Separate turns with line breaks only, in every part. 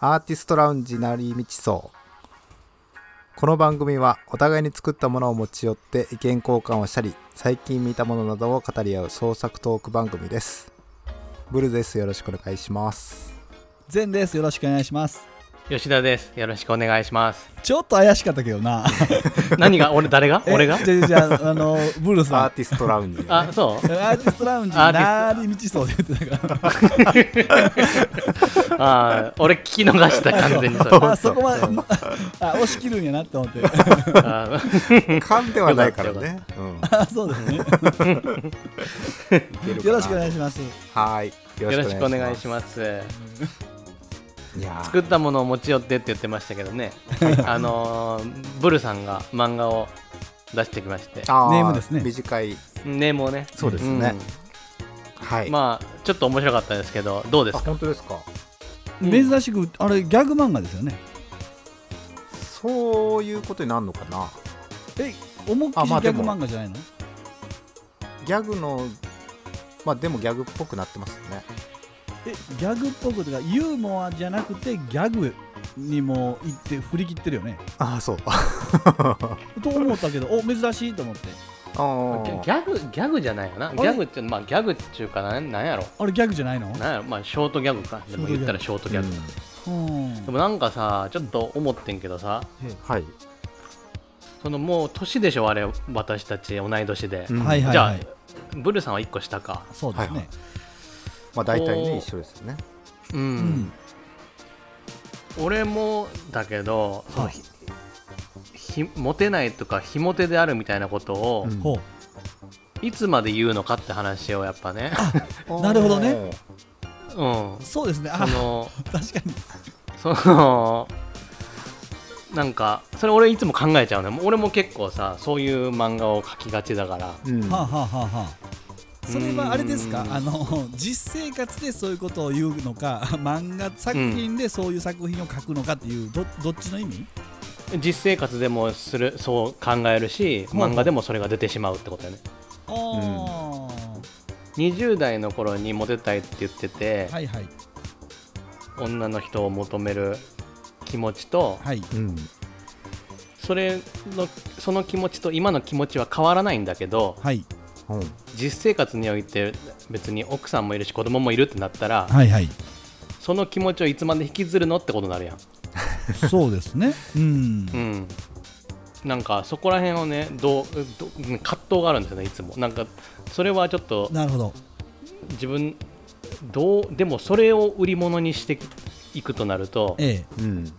アーティストラウンジ成り道荘この番組はお互いに作ったものを持ち寄って意見交換をしたり最近見たものなどを語り合う創作トーク番組ですブルですよろしくお願いします
ゼンですよろしくお願いします
吉田です。よろしくお願いします。
ちょっと怪しかったけどな
何が俺誰が
え
俺が
じゃじゃああのブ
アー
ルーさん
ティストラウンジ
あ、そう
アーティストラウンジ
アーティス
なり道そうで言ってたから
あー俺聞き逃した完全にそれ。
あそこまで あ押し切るんやなって思 って
あー
勘ではないからねうん
あそうですね
いけるかな
よろしくお願いします
はい
よろしくお願いし
ま
ます。
すいやー
作ったものを持ち寄ってって言ってましたけど ね。あのーブルさんが漫画を出してきまして。
あ
ネームですね
短い
ネームをね。
そうですねは
う
い
んまあちょっと面白かったですけどどうです
あ
か？
本当ですか
うん
珍しくあれギャグ漫画ですよね
そういうことになるのかな
え思いっきり
あ
ギ
まあで
ャ
も
グ漫画じゃないの
ギャグのまあでもギャグっぽくなってますよね
えギャグっぽくとかユーモアじゃなくてギャグにも行って振り切ってるよね
ああそう
と思ったけどお珍しいと思って
あ
ギャギ
あ
ャグギャグじゃないよな。ギャグってまあギャグっていうかなんなんやろ。
あれギャグじゃないの
なんやろまあショートギャグか。でも言ったらショートギャグ。
うん
でもなんかさちょっと思ってんけどさ
はい、
そのもう年でしょあれ私たち同い年で、
うん
はいはい
じゃ
は
あ
い
ブルさんは1個下か
そうですね、
はいはいまあ大体
お
ね
ー
一緒ですよね
うん、
うん
俺もだけど、
はい
ひモテないとか非モテであるみたいなことを、
うん
ほう
いつまで言うのかって話をやっぱね
なるほどね
うんそ
そうですねあ
の
確かに
そのなんかそれ俺いつも考えちゃうね俺も結構さそういう漫画を描きがちだから
うん
はあ、はあはあはあ、それはあれですか
うーん
あの実生活でそういうことを言うのか 漫画作品でそういう作品を書くのかっていうどどっちの意味
実生活でもするそう考えるし
ほう
漫画でもそれが出てしまうってことよね
ああ、
20代の頃にモテたいって言ってて、
はいはい
女の人を求める気持ちと、
はい
うん
それのその気持ちと今の気持ちは変わらないんだけど
はい
うん
実生活において別に奥さんもいるし子供もいるってなったら、
はいはい
その気持ちをいつまで引きずるのってことになるやん、
そうです ねうん
うん、なんかそこら辺をねどうどう葛藤があるんですよねいつもなんかそれはちょっと
なるほど
自分どうでもそれを売り物にしていくとなると
え
う
え
ん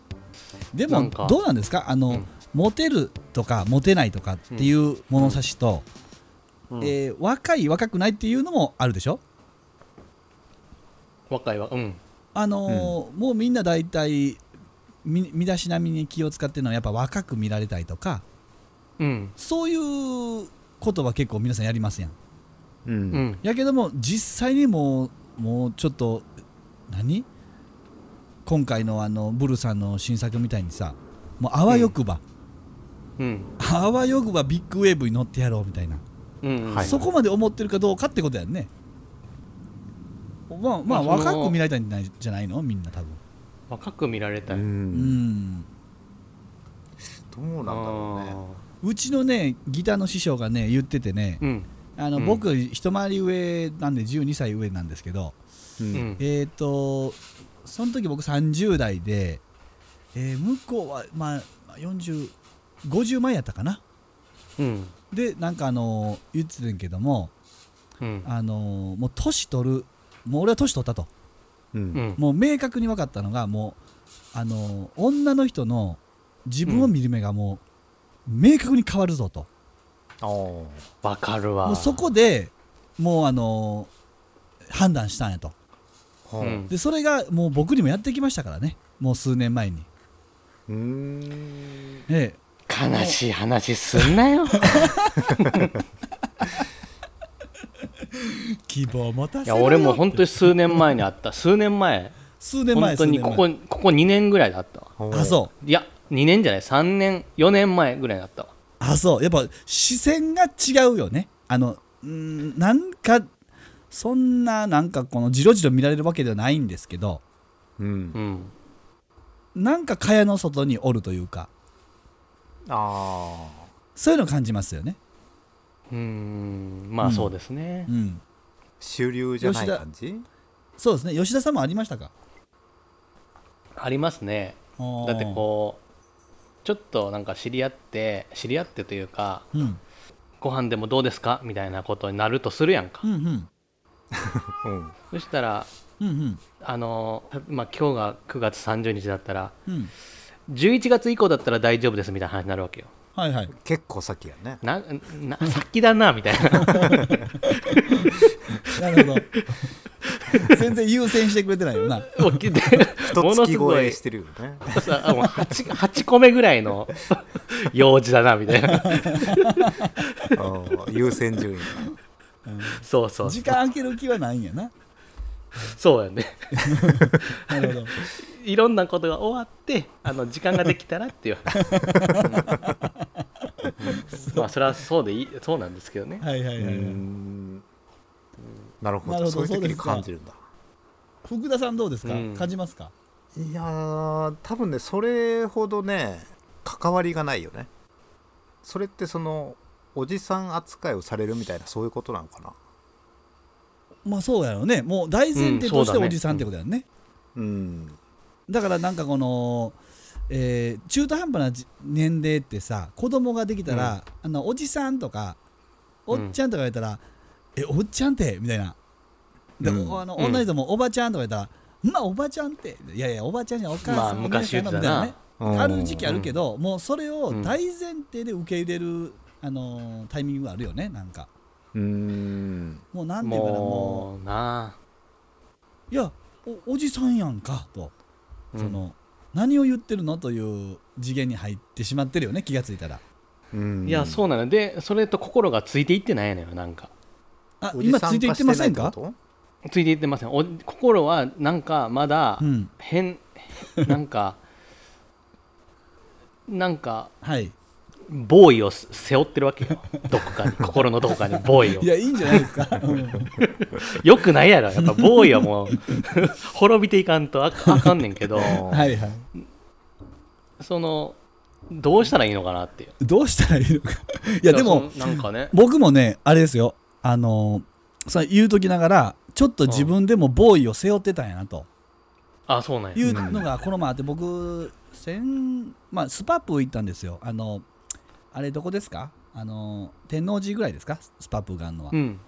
で
な
も
んか
どうなんですかあの、
うん
モテるとかモテないとかっていう物差しと、
うん
えー若い若くないっていうのもあるでしょ
若いはうん
あのーもうみんな大体み身だしなみに気を使ってるのはやっぱ若く見られたいとか
うん
そういうことは結構皆さんやりますやん
う
うんん
やけども実際にもうもうちょっと何今回のあのブルさんの新作みたいにさもうあわよくば、
うん
あわよくばビッグウェーブに乗ってやろうみたいな、
うん
はい
そこまで思ってるかどうかってことやんねまあまあ
まあその
若く見られたいんじゃないじゃないのみんな多分
若く見られたい、
うん
どうなんだろ
うちのねギターの師匠がね言っててね
う、ね
あの
うん
僕一回り上なんで12歳上なんですけど、
う
うんう
ね
ん
えっ、とその時僕30代で、えー向こうはまあ4050前やったかな
うん
でなんかあの言ってたんやけども
うん
あのもう年取るもう俺は年取ったと
うんう
うんん
もう明確に分かったのがもうあの女の人の自分を見る目がもう明確に変わるぞと。
あー
わかる
も
わ
うそこでもうあの判断したんやと
う
は
ん
でそれがもう僕にもやってきましたからねもう数年前に、
あうーん
ええ、
悲しい話すんなよ
希望を持た
い
せ
や
ろよ
俺も本当に数年前にあった数年前
数年前
本当に
数年
こ
前
こここ2年ぐらいだったわ
あ
う
そう
いや2年じゃない3年4年前ぐらいだったわ
あそうやっぱ視線が違うよねあのうーんなんかそんななんかこのじろじろ見られるわけではないんですけど
うん
うん
なんか蚊帳の外におるというか
あ
そういうの感じますよね、
うーんまあそうですね
う、ん、
主流じゃない感じ
そうですね吉田さんもありましたか
ありますねだってこうちょっとなんか知り合って知り合ってというか
う、うん、
ご飯でもどうですかみたいなことになるとするやんか、
うんうん
うん
そしたら
うんうん
あのまあ今日が9月30日だったら
うん
11月以降だったら大丈夫ですみたいな話になるわけよ
はいはい
結構先やね
なな先だなみたいな
なるほ ど全然優先してくれてないよな
もう
一
でもの
月
す
超
ごい
えしてるよね
さあもう 8, 8個目ぐらいの用事だなみたいな
うん優先順位が
そうそう
時間空ける気はないんやな
そうやね
なるほど
いろんなことが終わってあの時間ができたらっていう、うんまあそれはそうでいいそうなんですけどね
はい はいは
う
い、はい
んなるほど
なるほど
そういう
そう
時
で
に
すか
感じるんだ
福田さんどうですか、
うん
感じますか
いやー多分ねそれほどね関わりがないよねそれってそのおじさん扱いをされるみたいなそういうことなのかな
まあそうやろうねもう大前提
う
と
ん
して
そうだね
おじさんってことやね,、
うん
だからなんかこの、えー中途半端なじ年齢ってさ子供ができたら、あのおじさんとかおっちゃんとか言ったら「えおっちゃんって」みたいなで、
うん
おあの
うん
女の人も「おばちゃん」とか言ったら「まあおばちゃんって」いやいやおばちゃんじゃお母
ま
さ
あ
ん、
昔言ってた
お姉さんの
な、
みたいねある時期あるけど、もうそれを
うん
大前提で受け入れる、あのータイミングがあるよねなんか
うん
もうなんていうかなも
もうな
ういやおおじさんやんかと、
あ、
その何を言ってるのという次元に入ってしまってるよね気がついたら
うん
いやそうなのでそれと心がついていってないのよなんか
あ
おじさ
今
ん化
ついていってません
してないっ
か
てこ
ついていってませんお心はなんかまだ
うん
変、なんか なんか
はい
ボーイをす背負ってるわけよど こかに心のどこかにボーイを
いやいいんじゃないですか、うん
よくないやろやっぱボーイはもう 滅びていかんとあかあかんねんけど
と
はいはい
そのどうしたらいいのかなっていう
どうしたらいいのかいやでも
そのなんかね
僕もねあれですよあのーさ言うときながらちょっと自分でもボーイを背負ってたんやなと、
あそうなんや
いうのがこの前あって僕先、まあ、スパップ行ったんですよあのあれどこですかあの天王寺ぐらいですかスパップがあるのは、
うん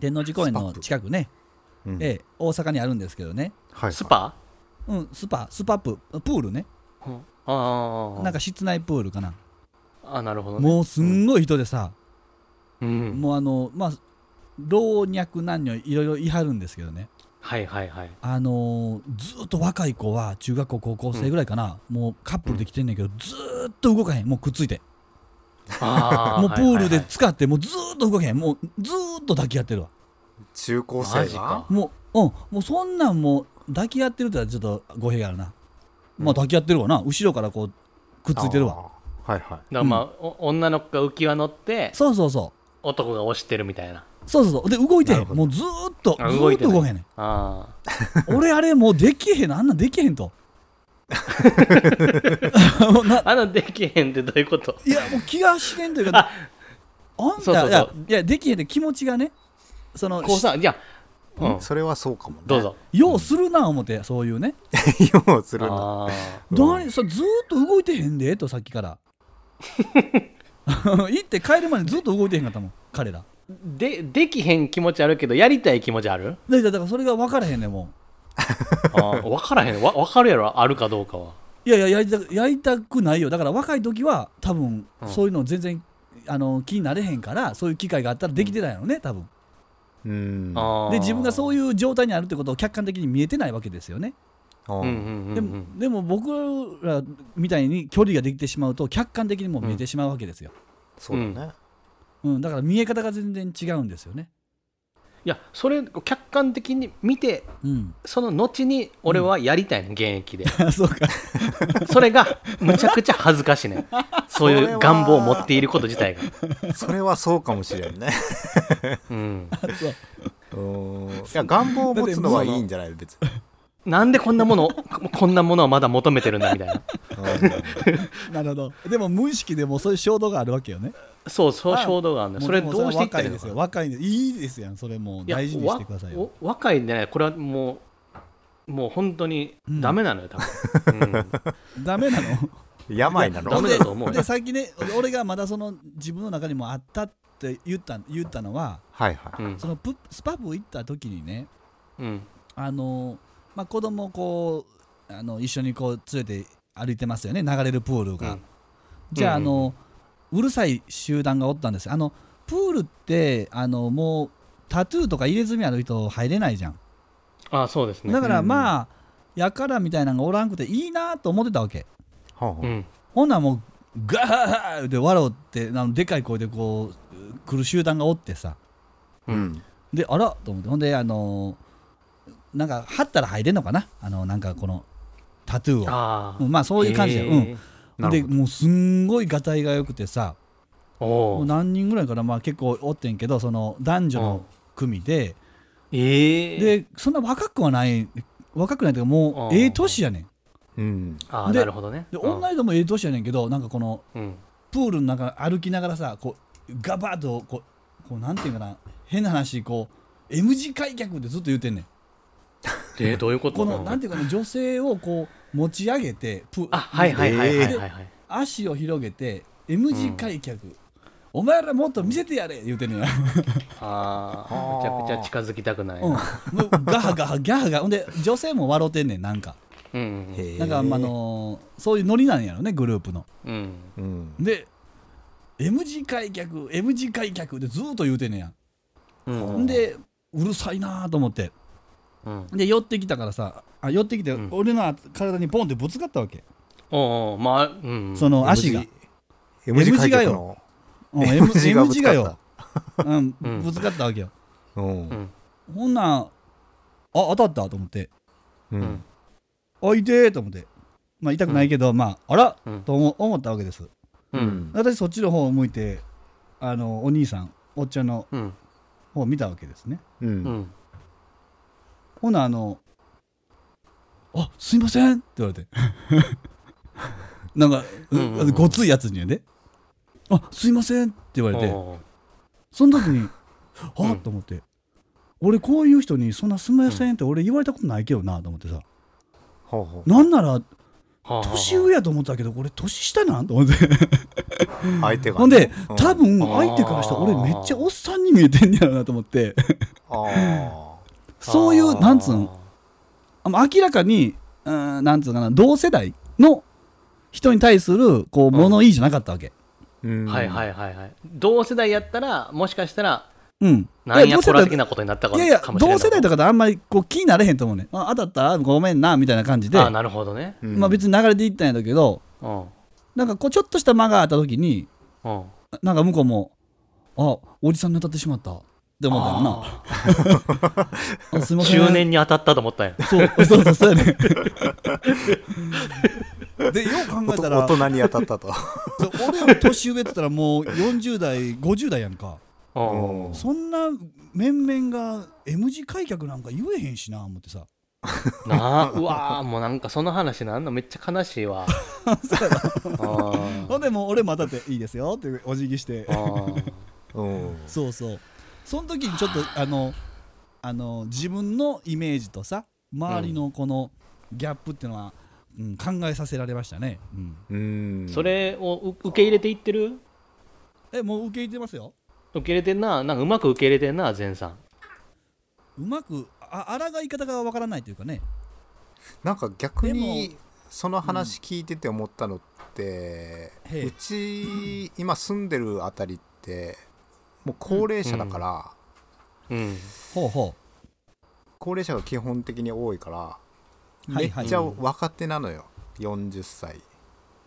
天王寺公園
スパッ
の
プ
近くね、
うん
ええ大阪にあるんですけどね、
はい
スパ
うん、スパスパッププールね
うんああ
なんか室内プールかな
あなるほどね
もうすんごい人でさ、
うん
もうあのまあ老若男女いろいろ言い張るんですけどね
はいは いはい
あのーずーっと若い子は中学校高校生ぐらいかな、もうカップルで来てんねんけど、ずーっと動かへんもうくっついて
あー
もうプール
はいはい
で
はい
使って、もうずーっと動けへん、もうずーっと抱き合ってるわ。
中高
マ
生
ジ
が
か
もう、うん、もうそんなんもう、抱き合ってるって言ったらちょっと語弊があるな。まあ抱き合ってるわな、後ろからこう、くっついてるわ。
あーはいはい
だからまあ、お女の子が浮き輪乗って
そうそうそう、
男が押してるみたいな
そうそうそう、で、動いてへ
なる
ん、
ほど
もうずーっと、ず
あ動
ー
い
ってと
ない
動けへん ねん。
ああ
俺、あれ、もうできへんの、あんなんできへんと。もうな
あのできへんってどういうこと
いや、もう気がしてんという か、あん
そうそうそ
た、
う
いやいや、できへんって気持ちがね、その、
こうさいやうん
それはそうかもね
どうぞ
ようするな、思って、そういうね。
用するんだ
あ
うん
何それずーっと動いてへんでとさっきから 行って帰るまでずっと動いてへんかったもん彼ら
ーでできへん気持ちあるけどやりたい気持ちある
だだからそれが分からへんねんも
あー分からへんわ分かるやろあるかどうかは
ういやいややりたやりたくないよだから若い時は多分
うん
そういうの全然、あの気になれへんからそういう機会があったらできてないのね多分
うん
で自分がそう
い
いう状態にあるってことを客観的に見えてないわけですよね
うん
うんうんうんう
でも,、
ん
でも僕らみたいに距離ができてしまうと客観的にも見えてしまうわけですよ、
そうだね
うん、だから見え方が全然違うんですよね
いやそれを客観的に見て
うん、
その後に俺はやりたいの現役で
そうか
それがむちゃくちゃ恥ずかしいねん
そ
そうい
れ
う
は
願望を持っていること自体が
それはそうかもしれん ね
うん
そう
うんいや願望を持つのはいいんじゃない別に
なんでこんなもの こんなものはまだ求めてるんだみたいな
なるほどでも無意識でもそういう衝動があるわけよね
そうそう
あ
衝動があるんだ
も
それどうしていったらいい
も
の
うそれ若いで
かな
すよ若いんでいいですやんそれもう
いや
大事にしてください
わ
よ
お若いんでねこれはもうもう本当にダメなのよ、多分、 うん
ダメなの
病な
ダ
の
メだと思うよ
で最近ね俺がまだその自分の中にもあったって言った言ったのは
はいは
うん
そのプスパブ行った時にね
うん
あの、まあ、子供をこうあの一緒にこう連れて歩いてますよね流れるプールが、
うん
じゃあ,、
うん
あのうるさい集団がおったんですよあのプールってあのもうタトゥーとか入れ墨ある人入れないじゃん
あそうですね
だから
あ、
まあ、やからみたいなのがおらんくていいなと思ってたわけ
い、
うん
ほんならもうガハハハで笑うってあのでかい声でこう来る集団がおってさ
うんうん
であらと思ってほんであのなんか貼ったら入れんのかなあのなんかこのタトゥーを
ああ
うんまあそういう感じだよ、うん
な
で
るほど
もうすんごいがたいがよくてさ
お
も
お
う
ー
何人ぐらいかな、まあ、結構おってんけどその男女の組で、
ええ
でそんな若くはない若くないというかもう
うん
ええ年やねん
うん
ああ
で
なるほどね
で
うん
女の人もええ年やねんけどなんかこの
うん
プールの中歩きながらさこうガバッとこうこうなんていうかな変な話こう M 字開脚ってずっと言ってんねん
えーどういうこと
この
うん
なんていうかな女性をこう持ち上げてプー
あはいはいはいはいはいはい、
足を広げて M 字開脚、お前らもっと見せてやれ言うてんねんや
あ
あー
あめちゃくちゃ近づきたくない
うん、も
な、
うガハガハギャハガハほんで女性も笑うてんねんなんか
うんうんうん
へー
なんか、まああのーそういうノリなんやろねグループの
うん、
うん
で M 字開脚 M 字開脚でずーっと言うてんねんや
うん
んでうるさいなーと思って
うん、
で寄ってきたからさあ寄ってきて、
うん
俺の体にボンってぶつかったわけ、
おうおうまあうん
その足が
M 字
M 字
開脚
がよ
の
うん
M
M
字
字
が
が
ぶつかった
よ、うん、
うん
ぶつかったわけよ
うん
うん
ほんなんあ当たったと思って
う
うんん
あ痛えと思ってまあ痛くないけど、まああら、
うん
と思思ったわけです
う
うんん
私そっちの方を向いてあのお兄さんおっちゃんの
うん
方を見たわけですね
う
うんん
ほなあの「あすいません」って言われて なんか、
うんうんうん
ごついやつにはね「あすいません」って言われて
おう
その時 に「
う
あ
ん
っ」と思って「俺こういう人にそんなすいません」って俺言われたことないけどなと思ってさ
ほうほ
なんなら
はあはあ
年上やと思ったけど俺年下なんと思 って
う相手がね
ほんで
う
多分相手からしたら俺めっちゃおっさんに見えてんねやろなと思って
あ
そういう、
あー
なんつうの、あの明らかに、うーんなんつうのかな、同世代の人に対する、こう、物言いじゃなかったわけ。
ー
はいはいいはいはい同世代やったらもしかしたら
うん。
なん
いや
や
同世
こら
代
的なことになったか
い
も
やい
しれな
や
い、
同世代とかであんまりこう気になれへんと思うねん。あ当たったごめんな、みたいな感じで、
あーなるほどね
うん
まあ別に流れていったんやだけど、
うん
なんかこう、ちょっとした間があった時に、
うん
なんか向こうも、あ、おじさんに当たってしまった。って思ったよな。
あ
あすいま
ー
せん。
中年に当たったと思ったんや
そう、そうそう、そうや ね。で、よう考
お
え
と
たら
大、人に当たったと
そう俺より年上って言ったらもう40代50代やんか
うん
うん
そんな面々が M 字開脚なんか言えへんしな思ってさ
なあうわーもうなんかその話なんのめっちゃ悲しいわあ
ほんでもう俺またっていいですよってお辞儀して
あー
うん
そうそうその時にちょっとあのあの自分のイメージとさ周りのこのギャップっていうのは、うん、考えさせられましたね、うん、
うん
それをう受け入れていってる
えもう受け入れてますよ
受け入れてんななんかうまく受け入れてんな善さん
うまくあ抗い方がわからないというかね
なんか逆
で
に
も
その話聞いてて思ったのって、
うんへえ
うち今住んでるあたりってもう高齢者だから、
うん
ほうほ
高齢者が基本的に多いから
うはいは
めっ
いあ
ちゃ若手なのよ、40歳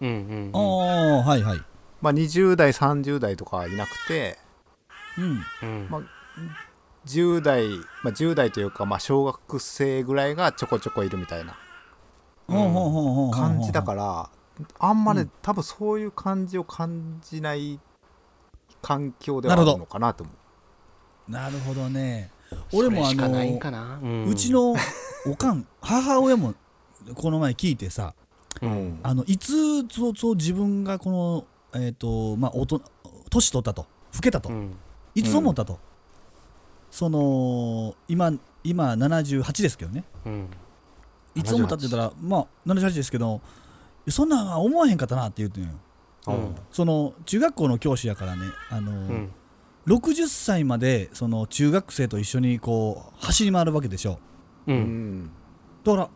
うんうん
あ
う
ー
ん
はいはい
まあ20代30代とかいなくて
うん
うん
ま10代、まあ、10代というかまあ小学生ぐらいがちょこちょこいるみたいな感じだかららあんまり、
うん
多分そういう感じを感じない環境では
な
あ
る
る
ほど
のかなと思う
なるほどね俺もあ
それしかない
の
んかな、うん
うちのおかん母親もこの前聞いてさ
うん
あのいつそうそう自分がこのえっ、とまあ大人年取ったと老けたと、
うん
いつ思ったと、その今今78ですけどね
うん
いつ思ったって言ったらまあ78ですけどそんなんは思わへんかったなって言うてんよ
うん
その中学校の教師やからねあの、
うん
60歳までその中学生と一緒にこう走り回るわけでしょ
う
うんん
だから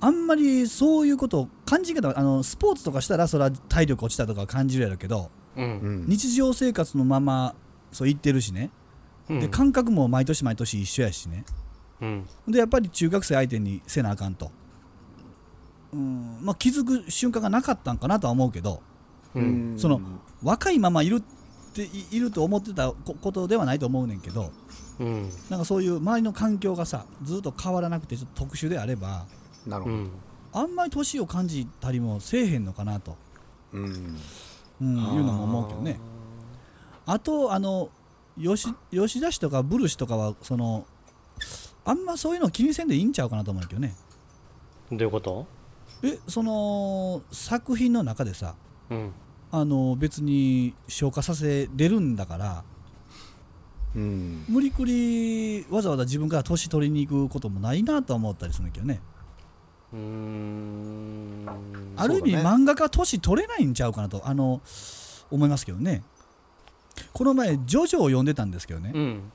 あんまりそういうことを感じ方はあのスポーツとかしたらそれは体力落ちたとか感じるやろうけど
う
うんん
日常生活のままそう言ってるしね、
うん
で感覚も毎年毎年一緒やしね
うん
でやっぱり中学生相手にせなあかんとうん、まあ、気づく瞬間がなかったんかなとは思うけど
うん
その若いままいるっていいると思ってたこことではないと思うねんけど
うん
なんかそういう周りの環境がさずっと変わらなくてちょっと特殊であれば
なる
う
ほど
ん
あんまり年を感じたりもせえへんのかなと、
うん
うん、いうのも思うけどねあとあの吉吉田氏とかブル氏とかはそのあんまそういうの気にせんでいいんちゃうかなと思うけどね
どういうこと
えその作品の中でさ
うん
あの別に消化させれるんだから
うん
無理くりわざわざ自分から年取りに行くこともないなとは思ったりするんだけどね
うーん
ある意味、
そうだ
漫画家年取れないんちゃうかなとあの思いますけどねこの前「ジョジョ」を読んでたんですけどね、
うん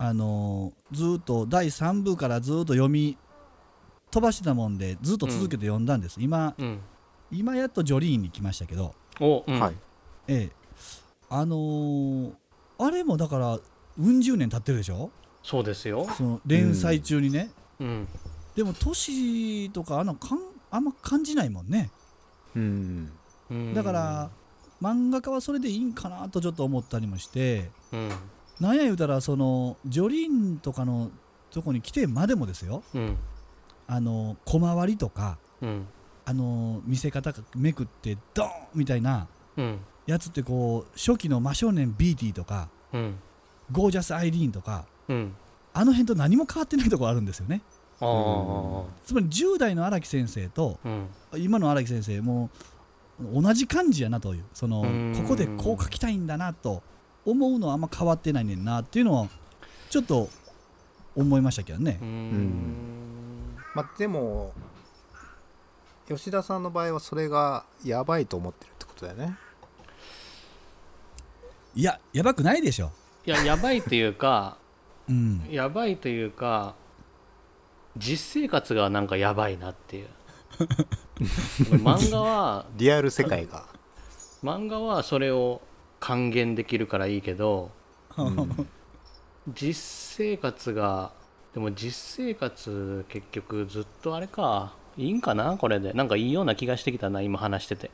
あのずーっと第3部からずーっと読み飛ばしてたもんでずっと続けて読んだんです、今
うん
今やっとジョリーンに来ましたけど
おうん
はい
ええあのーあれもだからうん十年経ってるでしょ
そうですよ
その連載中にね、
うん
でも年とかあのかんあんま感じないもんね
うん
うん
だから漫画家はそれでいいんかなとちょっと思ったりもして
うん
なんや言うたらそのジョリーンとかのとこに来てまでもですよ
うん
あの小回りとか
うん
あの見せ方がめくってドーンみたいな
うん
やつってこう初期の真少年ビーティーとか
うん
ゴージャスアイリーンとか
うん
あの辺と何も変わってないところあるんですよね
ああ
つまり10代の荒木先生と
うん
今の荒木先生も同じ感じやなというその
うん
ここでこう書きたいんだなと思うのはあんま変わってないねんなっていうのはちょっと思いましたけどね
うーん
んまあでも吉田さんの場合はそれがやばいと思ってるってことだよね
いややばくないでしょ
いややばいというか
うん
やばいというか実生活がなんかやばいなっていう 漫画は
リアル世界が
漫画はそれを還元できるからいいけど実生活がでも実生活結局ずっとあれかいいんかなこれでなんかいいような気がしてきたな今話してて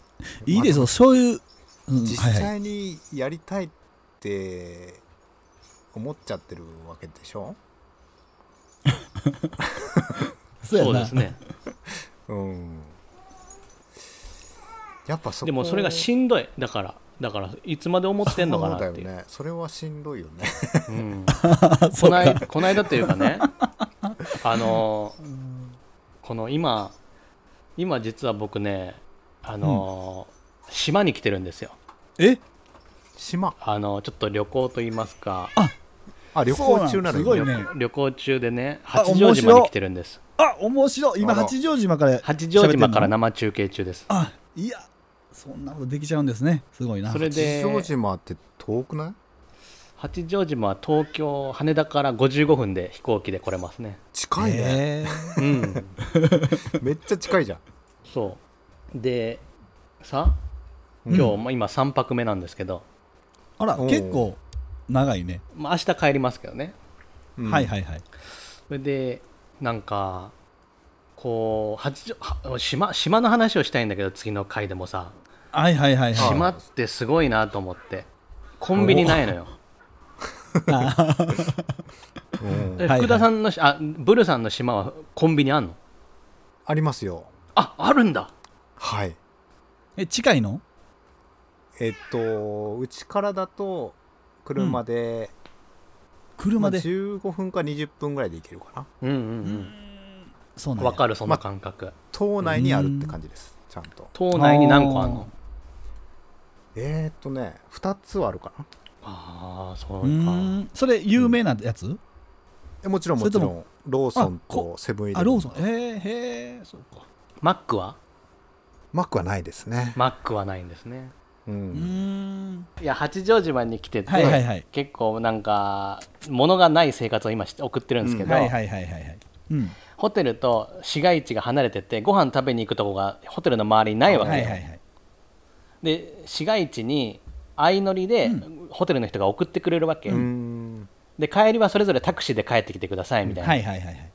いいですよそういう、うん
実
はいはい
際にやりたいって思っちゃってるわけでしょ、
そうやな
ですね
うんやっぱそこ
でもそれがしんどいだからだからいつまで思ってんのかなっていう
そうだよねそれはしんどいよね
うん
そ
こ
う
な
か
いこないだというか ねあのこの今今実は僕ねあの、島に来てるんですよ
え
島
あのちょっと旅行と言いますか
あ旅行中なの
そうなんすごいね
旅旅行中でね
あ
八丈
面
島
白
に
い
来てるんです
あ面白い今
あら
八丈島から
八丈島から
な
生中継中です
あいやそんなことできちゃうんですねすごいな
それで
八丈島って遠くない
八丈島は東京羽田から55分で飛行機で来れますね
近いね、
え
うん
めっちゃ近いじゃん
そうでさ今日、まあ今3泊目なんですけど、
あら
おう
結構長いね、
まあ明日帰りますけどね
うん
はいはいはい
それでなんかこう八丈は島島の話をしたいんだけど次の回でもさ
はいはいはいはい
島ってすごいなと思ってコンビニないのよ
うん
は
え
いはい
福田さんのしあブルさんの島はコンビニあんの
ありますよ
ああるんだ
はい
え近いの
えっとうちからだと車で
車で、
15分か20分ぐらいで行けるかな
うんう
うんんそう
う
なん
ん
や
わかるその感覚、
島内にあるって感じですちゃんと
島内に何個あんの
えー、っとね2つはあるかな
ああーそう
う
か
んそれ有名なやつ、
えもちろん
そ
も
れ
ち
と
ろ
も
んローソン
あこと
セブンイレブン
あローソンへえへえそうか
マックは
マックはないですね、
マックはないんですね
う、
うんーん
いや八丈島に来てて、
はいはいはい
結構なんか物がない生活を今して送ってるんですけど、
はいはいはいはいはいうん
ホテルと市街地が離れててご飯食べに行くとこがホテルの周りにないわけよ、
はいはいはい
で市街地に相乗りで、ホテルの人が送ってくれるわけ、
うん
で帰りはそれぞれタクシーで帰ってきてくださいみたい
は
ない
はいはいはい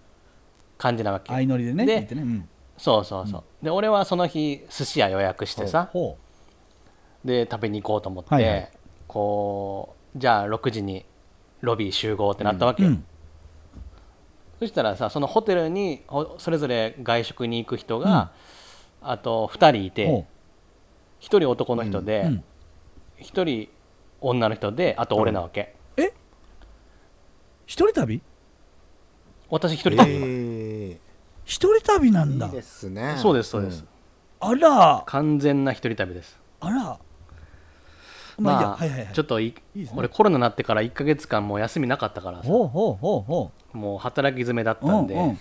感じなわけ、
相乗りでね
で
行ってねうん
そうそうそう、で俺はその日寿司屋予約してさ
ほ
で食べに行こうと思って、
はいはい
こうじゃあ6時にロビー集合ってなったわけ
う
よ、
うん
そしたらさそのホテルにほそれぞれ外食に行く人が、あと2人いて1
ほ
人男の人で、
ううん
1人女の人であと俺なわけ、
一人旅
私1
え
人だよ今
ー、
一人旅なん
い
だ
いですね
そうですそうです、
ん
あら
完全な一人旅です
あらまあいいや
ま
はいはいは
あ
い
ちょっとい
いいですね
俺コロナになってから1か月間もう休みなかったからさ
ほうほうほうほ
もう働き詰めだっ
う
たんで、
うんうん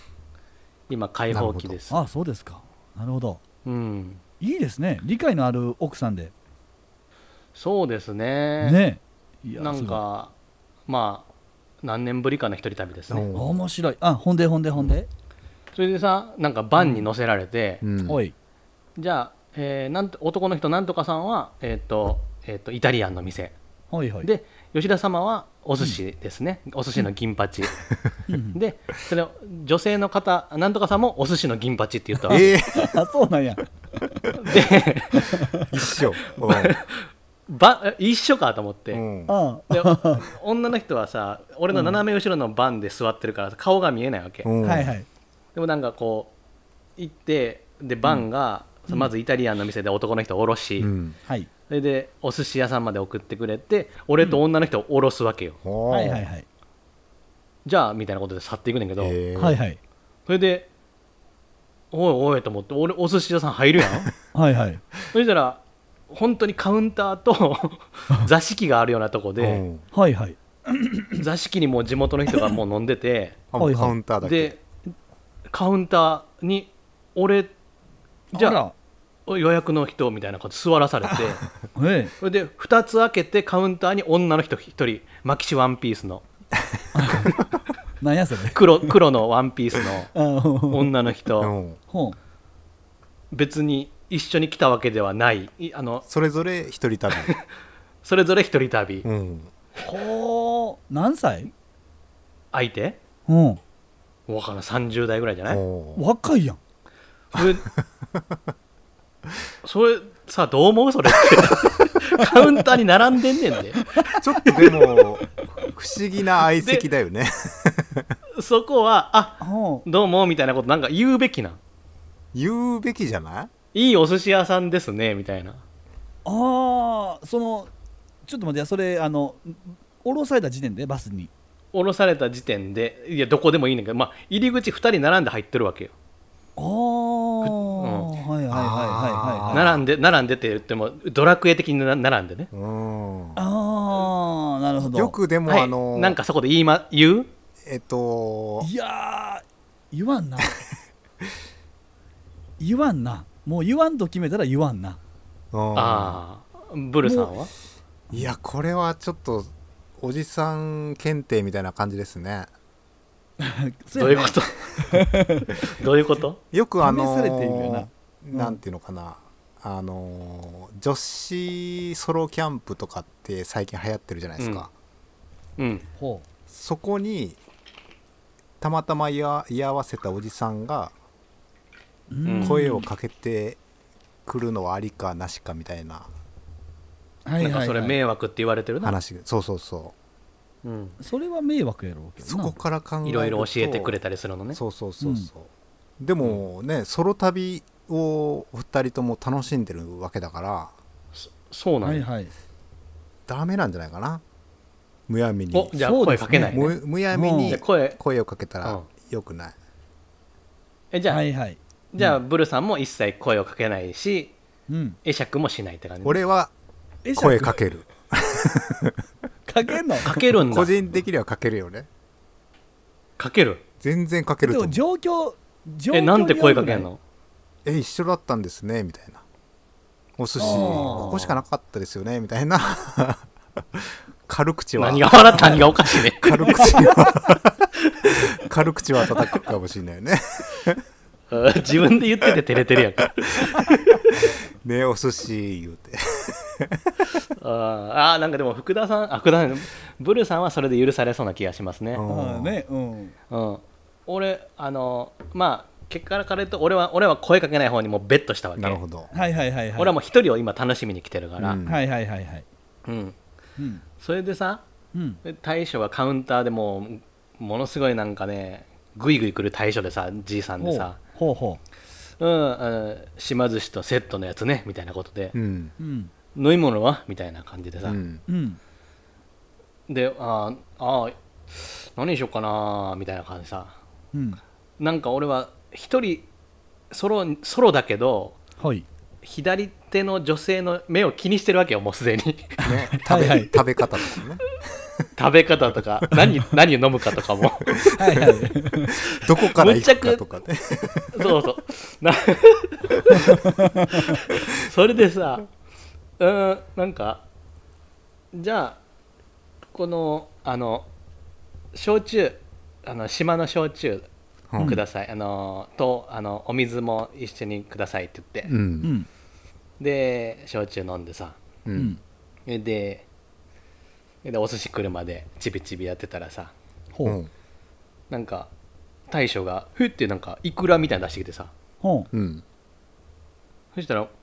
今解放期です
あそうですかなるほど
うん
いいですね理解のある奥さんで
そうですね
ねいや
なんかまあ何年ぶりかの一人旅です
う
ね
す
ん
ごい面白いあほんでほんでほんで、
それでさなんかバンに乗せられて、
うん
おい
じゃあ、えーなんと男の人なんとかさんは、えーとえー、とイタリアンの店、
ほいほい
で吉田様はお寿司ですね、お寿司の銀八、
うん
でそれを女性の方なんとかさんもお寿司の銀八って言ったわけ
えー、
あそうなんや
で
一 緒
ば一緒かと思って、
うん、うん
あ
で女の人はさ俺の斜め後ろの番で座ってるから顔が見えないわけ、
うん
はいはい
でもなんかこう行ってでバンが、まずイタリアンの店で男の人を降ろし、
うん
はい
それでお寿司屋さんまで送ってくれて俺と女の人を降ろすわけよ、
ほう
はいはいはい
じゃあみたいなことで去っていくねんだけど、
えー
はいはい
それでおいおいと思って俺お寿司屋さん入るやん
はいはい
そしたら本当にカウンター と座敷があるようなとこ
う
で
ん
はいはい
座敷にもう地元の人がもう飲んでて
あもう
はいはい
カウンターだけ
でカウンターに俺じ
あ
ゃ
ら
あ予約の人みたいなこと座ら されて
え
それで2つ開けてカウンターに女の人1人マキシワンピースの
えなんやそれ
黒黒のワンピースの
あほ
女の人、
うん
ほう
別に一緒に来たわけではないいあの
それぞれ一人 旅、
それぞれ一人旅、
うん、
ほう何歳
相手
うん
わからん30代ぐらいじゃない
ほう
若いやん
それ それさどう思うそれって カウンターに並んでんねんで
ちょっとでも不思議な相席だよね
そこはあ
ほう
どうもみたいなことなんか言うべきなん
言うべきじゃない
いいお寿司屋さんですねみたいな
ああそのちょっと待ってやそれあの降ろされた時点でバスに
降ろされた時点でいやどこでもいいねんけど、まあ、入り口2人並んで入ってるわけよ
ああ、はいはいはいはいはい。
並んで並んでって言ってもドラクエ的にな並んでね
うん
ああ、なるほど。
よくでも、
はい、
あの
なんかそこで言い、ま、言う
えっと
いやー、言 わんな。言わんな。もう言わんと決めたら言わ んな。
うん
ああブルさんはい
やこれはちょっとおじさん検定みたいな感じですね
そ
どう
や
い
ね
うこと どういうこと
よくあの
試されているよなうん
なんていうのかなあの女子ソロキャンプとかって最近流行ってるじゃないですか、
うん
ほ
そこにたまたま居合居合わせたおじさんが
う
うん
声をかけてくるのはありかなしかみたいな
はいは
なん
いは
か
い、
それ迷惑って言われてるな、
話、そうそうそ
うん、
それは迷惑やろうけ
う
ど
そ
な。
こから考えると
いろいろ教えてくれたりするのね
そうそうそうそう、でもねソロ旅をお二人とも楽しんでるわけだから
そうな
は
ん
い
や
はい。
ダメなんじゃないかなむやみ
お
に
じゃあ
そうで
声
すね
かけないね
むむやみ
うん
に
で声
声をかけた
う
ら
ん
よくない、
えじゃあ、
はいはい
じゃあブルさんも一切声をかけないし
うん
会釈もしないって感じ
俺は
え
声かける
かけんの
かけるんだ
個人的にはかけるよね
かける
全然かける
で
と
も
思う
状況状況
えなんで声かけ
る
んの
え一緒だったんですねみたいなお寿司
あー
ここしかなかったですよねみたいな 軽口は
何が笑った何がおかしいね
軽口は 軽口は叩くかもしれないよね
うん自分で言ってて照れてるやんか
ねお寿司言うて
あーあーなんかでも福田さんあ福田さんブルさんはそれで許されそうな気がしますね
う
うんねうん
うん俺あのまあ結果から言うと俺は俺は声かけない方にもうベットしたわけ
なるほど、
はいはいはいはい
俺はもう一人を今楽しみに来てるから、
う
うんん
はいはいはいはいうん
それでさ
うん
大将がカウンターでもうものすごいなんかねグイグイ来る大将でさじいさんでさ
ほうほ
「うん、うん、島寿司とセットのやつね」みたいなことで
うん
ううん
「飲み物は?」みたいな感じで
う
さ、
ん
うん
で「あーあー何にしようかな」みたいな感じでさ
うん
なんか俺は一人ソロソロだけど
はい
左手の女性の目を気にしてるわけよもうすで に
ね、食べ
はいはい
食べ方とかね
食べ方とか何何を飲むかとかも
はいはい
どこから行くかとかね
そうそうな それでさうーんなんかじゃあこのあの焼酎あの島の焼酎
うん
ください、あのとあのお水も一緒にくださいって言って、
うん
うん
で焼酎飲んでさ
う
うんん
ででお寿司来るまでちびちびやってたらさ
ほう
なんか大将がふってなんかイクラみたいなの出してきてさ
ほう
うん
そしたら「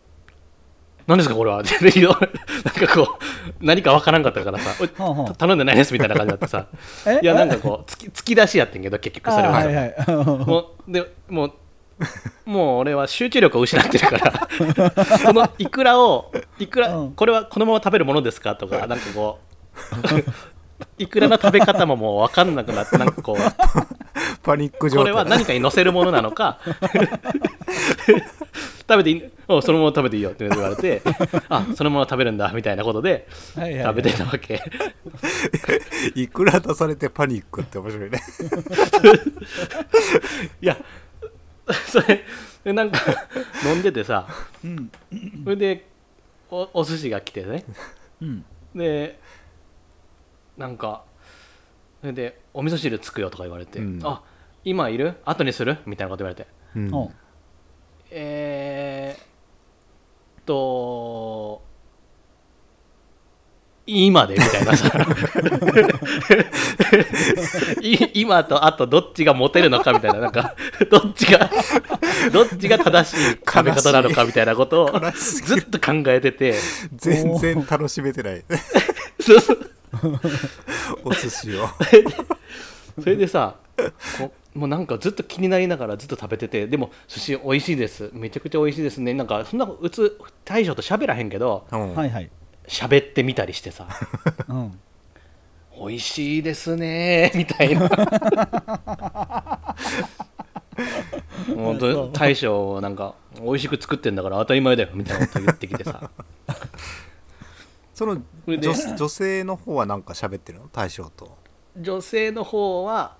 何ですかこれは」 って言うなんかこう何かわからんかったからさ
はあはあ
お「頼んでないです」みたいな感じだってさ
え
いやなんかこう突き突き出しやってんけど結局それ
あ
は、
ーはいはい
もうでもうもう俺は集中力を失ってるから そのイクラをいくら、
うん
これはこのまま食べるものですかとかなんかこういくらの食べ方ももう分かんなくなってなんかこう
パニック状
これは
態
何かに乗せるものなのか 食べていいおそのまま食べていいよって言われてあそのまま食べるんだみたいなことで
はいはい
食べてたわけ
いくら出されてパニックって面白いね
いやそれでなんか飲んでてさ
うん
それでおお寿司が来てね
うん
でなんかそれで「お味噌汁つくよ」とか言われて「
うん
あ今いる後にする?」みたいなこと言われて
うん
ほ
「えー、っと今で」みたいなさ い今とあとどっちがモテるのかみたいななんかどっちがどっちが正しい食べ方なのかみたいなことを
悲しすぎ
ずっと考えてて
全然楽しめてない
そうそう
お寿司 を
それでさこもうなんかずっと気になりながらずっと食べててでも寿司美味しいですめちゃくちゃ美味しいですねなんかそんなうつ大将と喋らへんけど
う
うんはいはい
喋ってみたり してさ
うん
美味しいですねみたい なもうど大将をなんか美味しく作ってんだから当たり前だよみたいなこと言ってきてさ
その
れで
女女性の方はなんか喋ってるの大将と
女性の方は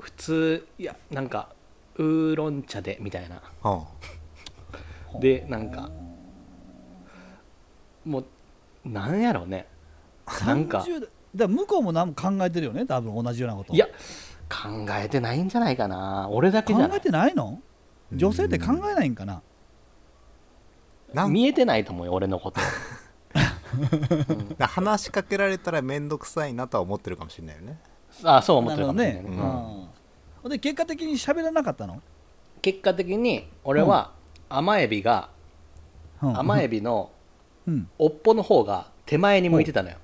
普通いやなんかウーロン茶でみたいな
うん
でなんかもうなんやろうねなんか
30だから向こうも何も考えてるよね多分同じようなこと
いや考えてないんじゃないかな俺だけ
考
じゃな
え
い
てないの女性って考えないんかな
なん
見えてないと思うよ俺の こと
か話しかけられたら面倒くさいなとは思ってるかもしれないよね
あそう思っ
な
て
るほ
るか
ど
もしれない
ね
ね、
う
うんんほんで結果的に喋らなかったの
結果的に俺は甘エビが
うん
甘エビの
うん
尾っぽの方が手前に向いてたのよ、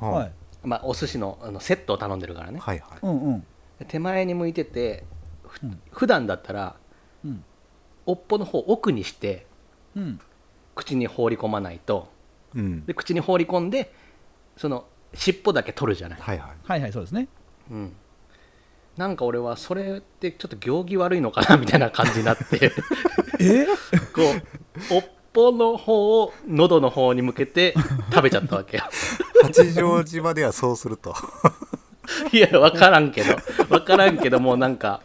うん
は
はい
い
まあ、お寿司のあのセットを頼んでるからね
はい
うんうん
手前に向いててふ
うん
普段だったら
うん
尾っぽの方奥にして
うん
口に放り込まないと
うん
で口に放り込んでその尻尾だけ取るじゃない、
はいはい
はいはいそうですね
うん、なんか俺はそれってちょっと行儀悪いのかなみたいな感じになって
え
こうおっぽの方を喉の方に向けて食べちゃったわけよ
八丈島ではそうすると
いや分からんけど分からんけどもうなんか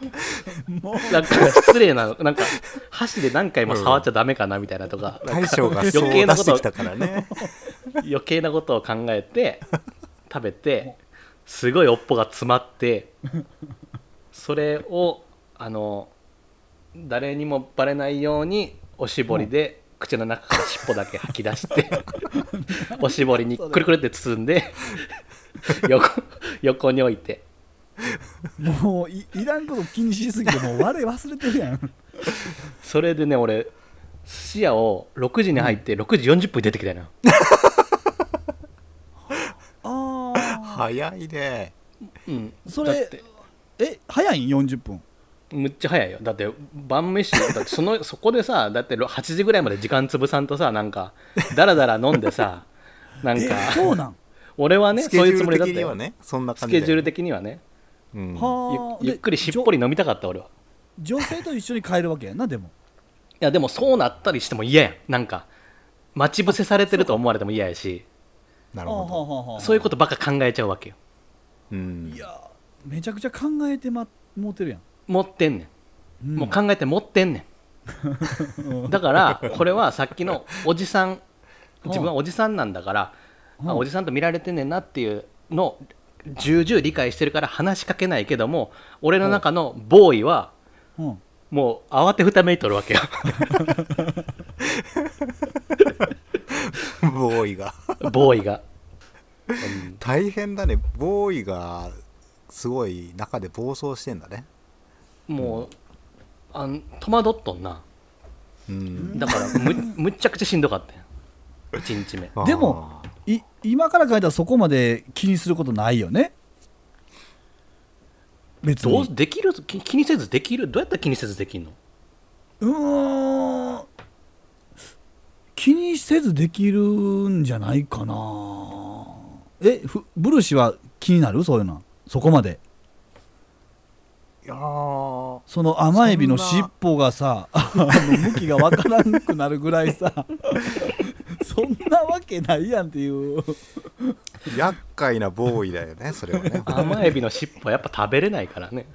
もう
なんか失礼なのなんか箸で何回も触っちゃダメかなみたいなとか
大将がそう
余計
出
なこ
して
と
きたからね
余計なことを考えて食べてすごいおっぽが詰まってそれをあの誰にもバレないようにおしぼりで口の中から尻尾だけ吐き出して おしぼりにくるくるって包んで横横に置いて
もういいらんこと気にしすぎてもう我忘れてるやん
それでね俺寿司屋を6時に入って6時40分に出てきたのよ
ああ
早いね
うん、
そ
だっ
れ
て
え早いん40分
むっちゃ早いよだって晩飯だってその そこでさだってろ8時ぐらいまで時間潰さんとさなんかだらだら飲ん でさなん
え
か
そうなん
俺はね
スケ
そう
ジ
いう
ュ
つ
ー
もり
ル
だっ
的
た
には
よ、
ねそんな
ス
感じ
ケ
だ
ジュー
よね
ル的にはね
うん
はあ
ゆゆっくりしっぽり飲みたかった俺はい
女性と一緒に帰るわけやなで も
やでもそうなったりしても嫌やんなんか待ち伏せされてると思われても嫌やし
な
あ
るほど
は
そういうことばっか考えちゃうわけよ
うん
といやめちゃくちゃ考えてまもうてるやん、
持ってんね
うんん
もう考えて持ってんね んだからこれはさっきのおじさん自分はおじさんなんだからあおじさんと見られてんねんなっていうのを重々理解してるから話しかけないけども俺の中のボーイは
うん
もう慌てふためいとるわけよ
ボーイが
ボーイが、
大変だねボーイがすごい中で暴走してんだね
うんもうあん戸惑っとんな
うん
だから むむっちゃくちゃしんどかったよ1日目
でもい今から考えたらそこまで気にすることないよね別に
どうできるき気にせずできるどうやったら気にせずできるの
うーん気にせずできるんじゃないかなえふブルシは気になるそういうのそこまで
いやー
その甘エビの
そん
尻
な
尾がさあの向きがわからなくなるぐらいさそんなわけないやんっていう
厄介なボーイだよ ねそれはね
甘エビの尻尾はやっぱ食べれないからね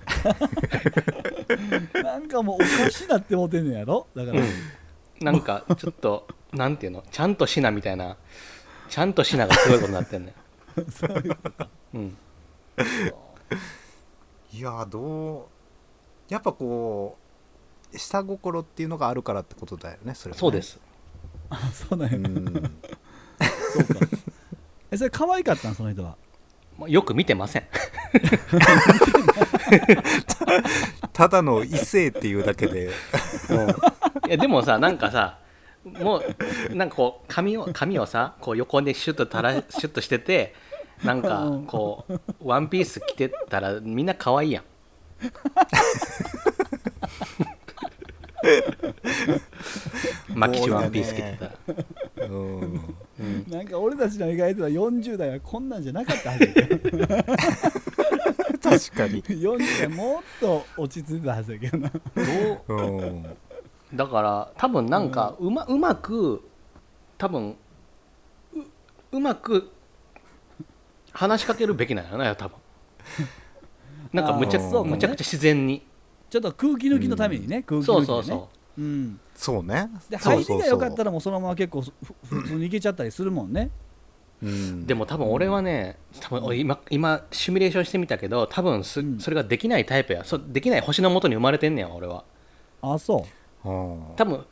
なんかもうおかしなって思ってんのやろだから、
なんかちょっとなんていうのちゃんとしなみたいなちゃんとしながすごいことになってんねうん
いやーどうやっぱこう下心っていうのがあるからってことだよねそれはね
そうです
あそうなん
う
や、
ん
そうかえそれ可愛かったんその人は
まあよく見てません
ただの異性っていうだけで
いやでもさなんかさもうなんかこう髪を髪をさこう横にシュッとたらシュッとしててなんかこうワンピース着てたらみんな可愛いやんマキシワンピース着てたら、
うん
うん、
なんか俺たちの描いてた40代はこんなんじゃなかったはずやけど
確かに、
40代もっと落ち着いてたはずやけどな
どう
うん、
だから多分なんかうま,、うまく多分ううまく話しかけるべきなんやな 多分なんかむちゃ
あーそうかね
むちゃくちゃ自然に
ちょっと空気抜きのためにね、空気抜きで、ね、
そうそうそ
うん、
そうね
で
そう
入りが良かった
ら、
らもうそのまま結構ふ普通にいけちゃったりするもんね
う、
うんでも多分俺はね多分俺今今シミュレーションしてみたけど多分す
うん
それができないタイプやそできない星のもとに生まれてんねや俺は
あそう
うん
多分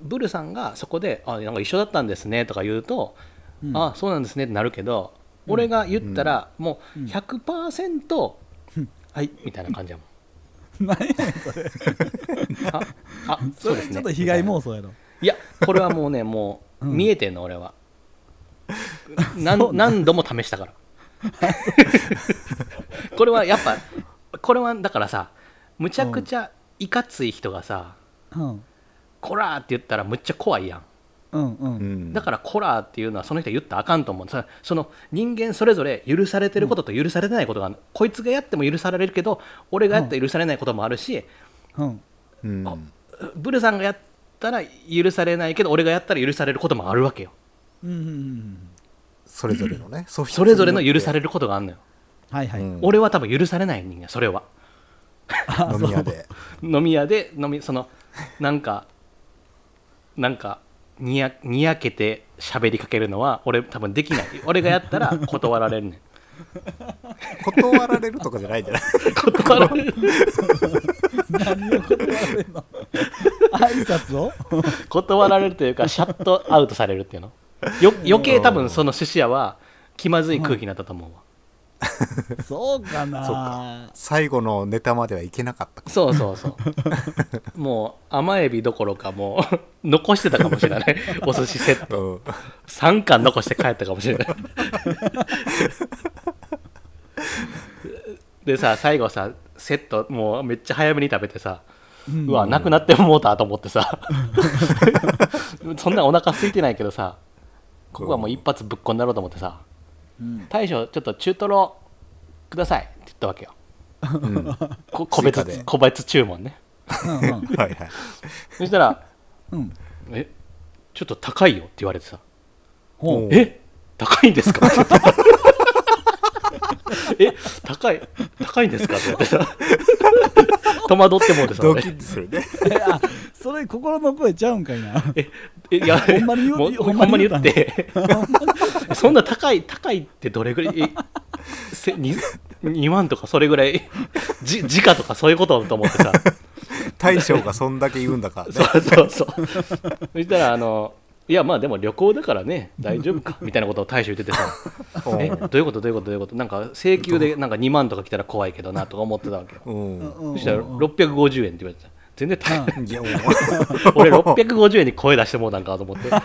ブルさんがそこで「あなんか一緒だったんですね」とか言うと「
うん
あそうなんですね」ってなるけど、俺が言ったらもう
うん
100%、はいみたいな感じやもん。
何やねんそれ
ああ
そ
そう
れ
ですね
ちょっと被害妄想やろ
いやこれはもうねもう
うん
見えてんの俺 は、なん何度も試したから これはやっぱこれはだからさむちゃくちゃいかつい人がさ
うん
「こら!」って言ったらむっちゃ怖いやん
うんう
うんん、
だからコラーっていうのはその人は言ったらあかんと思うそその人間それぞれ許されてることと許されてないことがある、こいつがやっても許されるけど俺がやったら許されないこともあるし、
うん
うん
あブルさんがやったら許されないけど俺がやったら許されることもあるわけよ
うんうん
それぞれのね、そ
それぞれの許さ
れ
れることがあるのよ、
はいはい、
うん
俺は多分許されない人間それは
飲み屋 で。
飲み屋で飲みそのなんかなんかにやにやけて喋りかけるのは俺多分できない俺がやったら断られるねん
断られるとかじゃないんじゃない
断られる
何を断られんの挨拶を
断られるというかシャットアウトされるっていうのよ余計多分その寿司屋は気まずい空気になったと思うわ、
そうかな
そう最後のネタまではいけなかったか
そうそうそう もう甘エビどころかもう残してたかもしれないお寿司セット
ら。うん
3巻残して帰ったかもしれない でさ最後さセットもうめっちゃ早めに食べてさうわなくなってもうたと思ってさそんなお腹空いてないけどさここはもう一発ぶっこんだろうと思ってさ
うん
大将ちょっと中トロくださいって言ったわけよ
うんは
こ個別
追加で
個別注文ね
うんうん
いはい。
そしたら
うん
「えちょっと高いよ」って言われてさ
ほ う
おう
え高いんですか って言ってえ高い高いんですかって言ってさ戸惑ってもうてさ
ド
俺
キッとするね。
いやそれ心の声ちゃうんかいな
ええいや
ほんまに言う
もう
ほ
ほ
ん
ん
ま
ま
に
に
言
言
っ
ったてそんな高い高いってどれぐらいえせ 2, 2万とかそれぐらいじ時価とかそういうことと思ってさ
大将がそんだけ言うんだからね。
そうそうそうそしたらあのいやまあでも旅行だからね大丈夫かみたいなことを大将言って てさ
うん
えどういうことどういうことどういうことなんか請求でなんか2万とか来たら怖いけどなとか思ってたわけよ
うん
うん
そしたら
うんうん
650円って言われてた全然高い
いやもう
俺650円に声出してもうたんかと思って も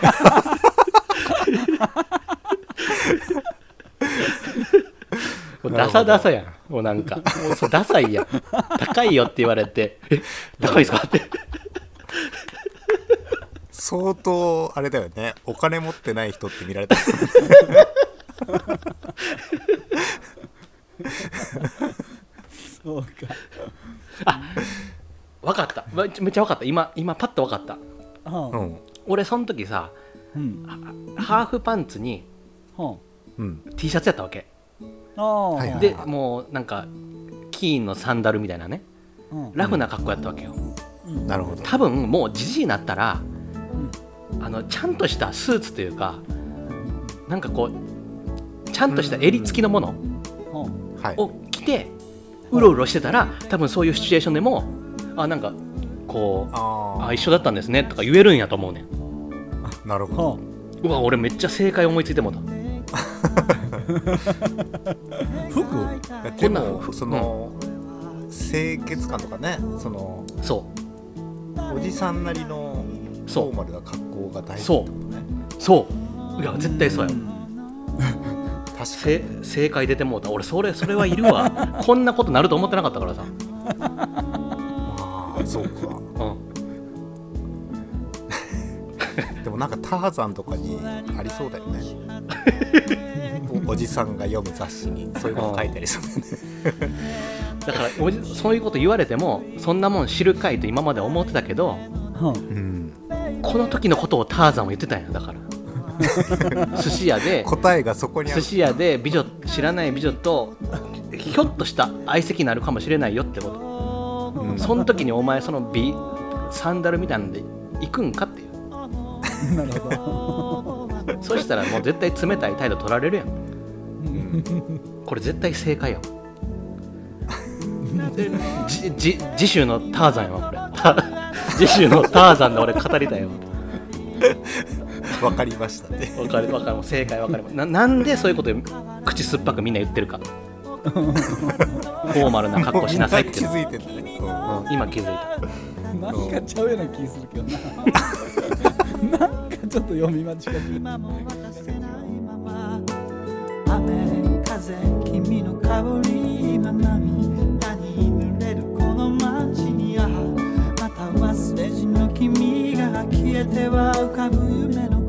うダサダサやんもうなんかもうそれダサいやん高いよって言われてえ高いですかって
相当あれだよねお金持ってない人って見られた
そうか
分かっためっちゃめっちゃ分かった今今パッと分かった
う
は
ん
俺その時さ
あうん
ハーフパンツに
は
うん
T シャツやったわけ
ああ
はいは
あ
い
でもうなんかキーンのサンダルみたいなね
うん
ラフな格好やったわけよ
うん
なるほど
多分もうじじいになったらあのちゃんとしたスーツというかなんかこうちゃんとした襟付きのもの
は
はい
を着てうろうろしてたら多分そういうシチュエーションでもあなんかこう
あ
あ一緒だったんですねとか言えるんやと思うねん
あなるほ
あは
ど
うわ俺めっちゃ正解思いついてもうた
あ服
いやで
こんな
も
ん
その清潔感とかねその
そ
おじさんなりのフ
そう
ォーマルな格好が大事っ
そう
てことね
そういや絶対そうや
確か
せ正解出てもうた俺それそれはい るわこんなことなると思ってなかったからさ
ああそうか
うん
でもなんかターザンとかにありそうだよね おおじさんが読む雑誌にそういうの書いてありそうだよね
だからおじそういうこと言われてもそんなもん知るかいと今まで思ってたけど
はあ
うん
この時のことをターザンは言ってたんやだか ら寿司屋で
答えがそこにあ
寿
る
司屋で美女知らない美女とひょっとした相席になるかもしれないよってこと
うん
その時にお前その美サンダルみたいなんで行くんかっていう
なるほど
そしたらもう絶対冷たい態度取られるやんこれ絶対正解やわでじじ次週のターザンやわこれ た次週のターザンで俺語りたいわ
わかりましたね
わかるわかる正解わかるななんでそういうこと口酸っぱくみんな言ってるかフォーマルな格好しなさいっていう
も
の
うみんな 気づいてんだね、
うん今気づいた
なんかちゃうような気するけどななんかちょっと読み間違え
今も渡せないまま雨風君の香り今波に濡れるこの街にああまた忘れじの君が
が消えては浮かぶ夢の